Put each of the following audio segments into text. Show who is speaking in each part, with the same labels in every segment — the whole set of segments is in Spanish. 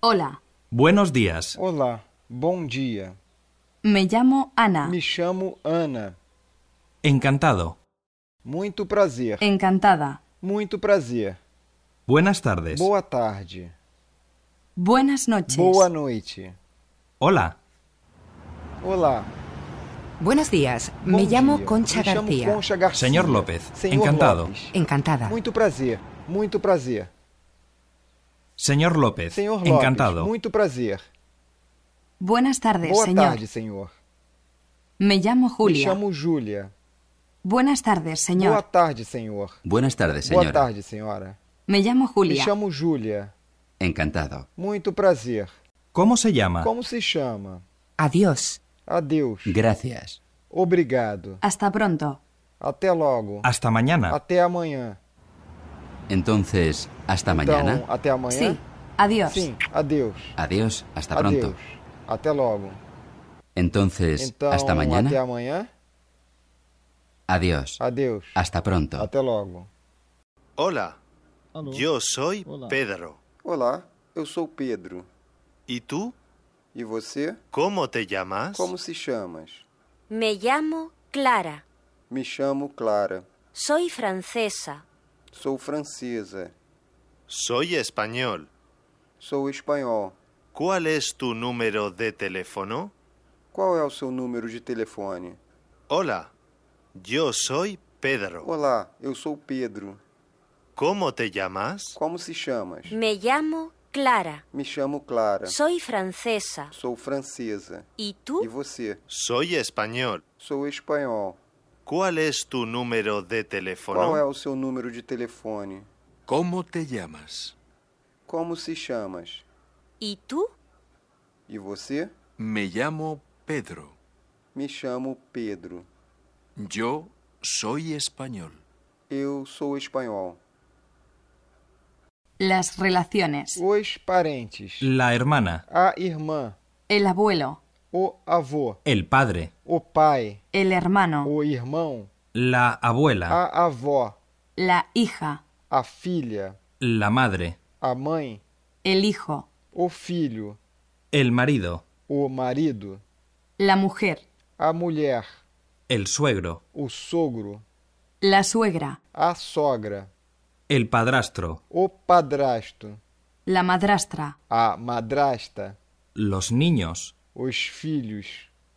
Speaker 1: Hola,
Speaker 2: Buenos días.
Speaker 3: Olá, bom dia.
Speaker 1: me llamo Ana.
Speaker 3: Me chamo Ana.
Speaker 2: Encantado.
Speaker 3: Muito prazer.
Speaker 1: Encantada.
Speaker 3: Muito prazer.
Speaker 2: Buenas tardes.
Speaker 3: Boa tarde.
Speaker 1: Buenas noches.
Speaker 3: Boa noite.
Speaker 2: Hola.
Speaker 3: Olá.
Speaker 4: Buenos días,
Speaker 3: bom
Speaker 4: me llamo
Speaker 3: dia.
Speaker 4: Concha
Speaker 3: Me chamo
Speaker 4: García.
Speaker 3: Concha Garcia.
Speaker 2: Senhor López,
Speaker 3: Senhor
Speaker 2: encantado.
Speaker 3: Lopes.
Speaker 4: Encantada.
Speaker 3: Muito prazer. Muito prazer.
Speaker 2: Señor López.
Speaker 3: Senhor Lopes.
Speaker 2: Encantado.
Speaker 3: Muito prazer.
Speaker 1: Buenas tardes,
Speaker 3: Boa
Speaker 1: señor.
Speaker 3: tarde, senhor.
Speaker 1: Me llamo
Speaker 3: Me
Speaker 1: Julia.
Speaker 3: chamo Júlia.
Speaker 1: Buenas tardes, señor.
Speaker 3: Boa tarde, senhor.
Speaker 5: Buenas tardes,
Speaker 3: Boa
Speaker 5: señora.
Speaker 3: tarde, senhora.
Speaker 1: Me llamo
Speaker 3: Me
Speaker 1: Julia.
Speaker 3: chamo Júlia.
Speaker 5: Encantado.
Speaker 3: Muito prazer.
Speaker 2: ¿Cómo se llama?
Speaker 3: Como se chama?
Speaker 4: Adiós.
Speaker 3: Adeus.
Speaker 5: Gracias.
Speaker 3: Obrigado.
Speaker 1: Hasta pronto.
Speaker 3: Até logo.
Speaker 2: Hasta mañana.
Speaker 3: Até amanhã.
Speaker 5: Entonces, hasta mañana.
Speaker 3: Então, até amanhã.
Speaker 1: Sí. Adiós.
Speaker 3: Sim, adeus.
Speaker 5: Adiós, hasta
Speaker 3: adeus.
Speaker 5: pronto.
Speaker 3: Até logo.
Speaker 5: Entonces,
Speaker 3: Então,
Speaker 5: hasta
Speaker 3: até
Speaker 5: mañana.
Speaker 3: amanhã.
Speaker 5: Adiós.
Speaker 3: Adeus.
Speaker 5: Hasta pronto.
Speaker 3: Até logo.
Speaker 6: Hola, yo soy Pedro.
Speaker 7: Olá, eu sou Pedro.
Speaker 6: ¿Y tú?
Speaker 7: E você?
Speaker 6: ¿Cómo te llamas?
Speaker 7: Como se chamas?
Speaker 8: Me llamo Clara.
Speaker 7: Me chamo Clara.
Speaker 8: Soy francesa.
Speaker 7: Sou francesa.
Speaker 6: Soy español.
Speaker 7: Sou espanhol.
Speaker 6: ¿Cuál es tu número de teléfono?
Speaker 7: Qual é o seu número de telefone?
Speaker 6: Hola, yo soy Pedro.
Speaker 7: Olá, eu sou Pedro.
Speaker 6: ¿Cómo te llamas?
Speaker 7: Como se chamas?
Speaker 8: Me llamo Clara.
Speaker 7: Me chamo Clara.
Speaker 8: Soy francesa.
Speaker 7: Sou francesa.
Speaker 8: ¿Y
Speaker 7: E
Speaker 8: tú?
Speaker 7: você?
Speaker 6: Soy español.
Speaker 7: Sou espanhol.
Speaker 6: ¿Cuál es tu número
Speaker 7: Qual é
Speaker 6: de teléfono?
Speaker 7: o seu número de telefone?
Speaker 9: ¿Cómo te llamas?
Speaker 7: Como se chamas?
Speaker 8: ¿Y tú?
Speaker 7: E você?
Speaker 9: Me llamo Pedro.
Speaker 7: Me chamo Pedro.
Speaker 9: Yo soy español.
Speaker 7: Eu sou espanhol.
Speaker 1: Las relaciones.
Speaker 3: Os parentes.
Speaker 2: La hermana.
Speaker 3: A irmã.
Speaker 1: El abuelo.
Speaker 3: O avô.
Speaker 2: El padre.
Speaker 3: O pai.
Speaker 1: El hermano.
Speaker 3: O irmão.
Speaker 2: La abuela.
Speaker 3: A avó.
Speaker 1: La hija.
Speaker 3: A filha.
Speaker 2: La madre.
Speaker 3: A mãe.
Speaker 1: El hijo.
Speaker 3: O filho.
Speaker 2: El marido.
Speaker 3: O marido.
Speaker 1: La mujer.
Speaker 3: A mulher.
Speaker 2: El suegro.
Speaker 3: O sogro.
Speaker 1: La suegra.
Speaker 3: A sogra.
Speaker 2: El padrastro.
Speaker 3: O padrasto.
Speaker 1: La madrastra.
Speaker 3: A madrasta.
Speaker 2: Los niños.
Speaker 3: Os filhos.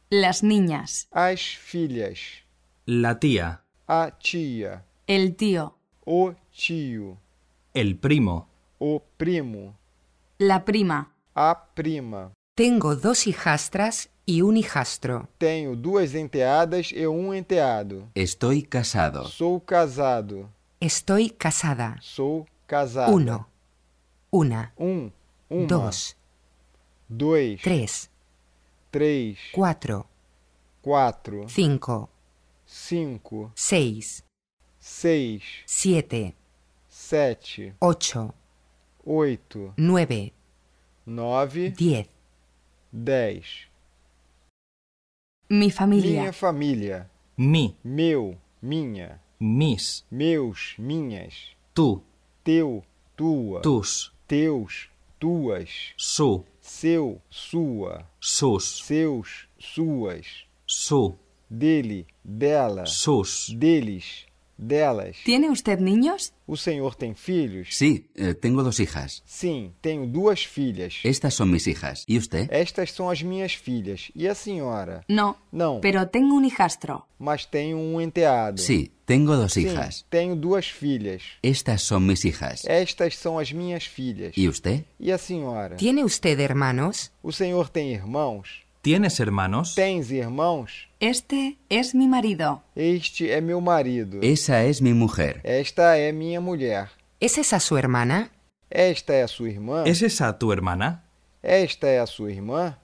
Speaker 1: Las niñas.
Speaker 3: As filhas.
Speaker 2: La tía.
Speaker 3: A tia.
Speaker 1: El tío.
Speaker 3: O tio.
Speaker 2: El primo.
Speaker 3: O primo.
Speaker 1: La prima.
Speaker 3: A prima.
Speaker 4: Tengo dos hijastras y un hijastro.
Speaker 3: Tenho duas enteadas e um enteado.
Speaker 5: Estoy casado.
Speaker 3: Sou casado.
Speaker 4: Estoy casada.
Speaker 3: Sou casado.
Speaker 4: Uno. Una.
Speaker 3: Um. Uma.
Speaker 4: Dos.
Speaker 3: Dois.
Speaker 4: Tres.
Speaker 3: Três.
Speaker 4: Cuatro.
Speaker 3: Quatro.
Speaker 4: Cinco.
Speaker 3: Cinco.
Speaker 4: Seis.
Speaker 3: Seis.
Speaker 4: Siete.
Speaker 3: Sete.
Speaker 4: Ocho.
Speaker 3: Oito.
Speaker 4: Nueve.
Speaker 3: Nove.
Speaker 4: Diez.
Speaker 3: Dez.
Speaker 1: Mi familia.
Speaker 3: Minha família.
Speaker 2: Mi.
Speaker 3: Meu. Minha.
Speaker 2: Mis.
Speaker 3: Meus. Minhas.
Speaker 2: Tú.
Speaker 3: Teu. Tua.
Speaker 2: Tus.
Speaker 3: Teus. Tuas.
Speaker 2: Su.
Speaker 3: Seu. Sua.
Speaker 2: Sus.
Speaker 3: Seus. Suas.
Speaker 2: Su.
Speaker 3: Dele. Dela.
Speaker 2: Sus.
Speaker 3: Deles. Delas.
Speaker 1: ¿Tiene usted niños?
Speaker 3: O senhor tem filhos?
Speaker 5: Sí, eh, tengo dos hijas.
Speaker 3: Sim, tenho duas filhas.
Speaker 5: Estas son mis hijas. ¿Y usted?
Speaker 3: Estas são as minhas filhas. E a senhora?
Speaker 1: No.
Speaker 3: Não,
Speaker 1: Pero tengo un hijastro.
Speaker 3: mas tenho um enteado.
Speaker 5: Sí, tengo dos
Speaker 3: Sim,
Speaker 5: hijas.
Speaker 3: tenho duas filhas.
Speaker 5: Estas son mis hijas.
Speaker 3: Estas são as minhas filhas.
Speaker 5: ¿Y usted?
Speaker 3: E a senhora?
Speaker 4: ¿Tiene usted hermanos?
Speaker 3: O senhor tem irmãos?
Speaker 2: ¿Tienes hermanos?
Speaker 3: Tens irmãos?
Speaker 1: Este es mi marido.
Speaker 3: Este é meu marido.
Speaker 5: Esa es mi mujer.
Speaker 3: Esta é minha mulher.
Speaker 4: ¿Es esa su hermana?
Speaker 3: Esta é a sua irmã?
Speaker 2: ¿Es esa tu hermana?
Speaker 3: Esta é a sua irmã?